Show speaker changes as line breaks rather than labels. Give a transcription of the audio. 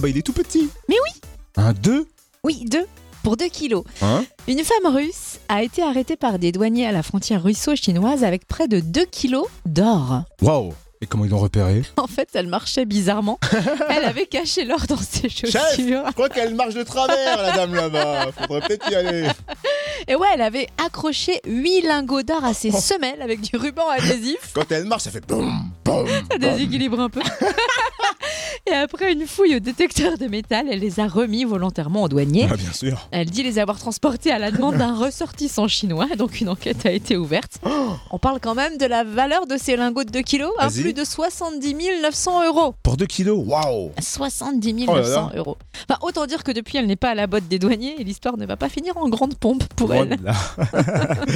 bah il est tout petit.
Mais oui
Un 2
Oui, deux. Pour 2 kilos.
Hein
Une femme russe a été arrêtée par des douaniers à la frontière russo-chinoise avec près de 2 kilos d'or.
Waouh Et comment ils l'ont repéré
En fait, elle marchait bizarrement. Elle avait caché l'or dans ses
Chef
chaussures.
Je crois qu'elle marche de travers, la dame là-bas. Faudrait peut-être y aller.
Et ouais, elle avait accroché 8 lingots d'or à ses semelles avec du ruban adhésif.
Quand elle marche, ça fait boum, boum.
Ça déséquilibre un peu. Et après une fouille au détecteur de métal, elle les a remis volontairement aux douaniers.
Ah, bien sûr.
Elle dit les avoir transportés à la demande d'un ressortissant chinois, donc une enquête a été ouverte. Oh. On parle quand même de la valeur de ces lingots de 2 kilos, à
Vas-y.
plus de 70 900 euros.
Pour 2 kilos, waouh
70
Oh là
900 euros. Enfin, autant dire que
Oh
depuis, elle n'est pas à la botte des douaniers et l'histoire ne va pas finir en grande pompe pour elle.
Voilà.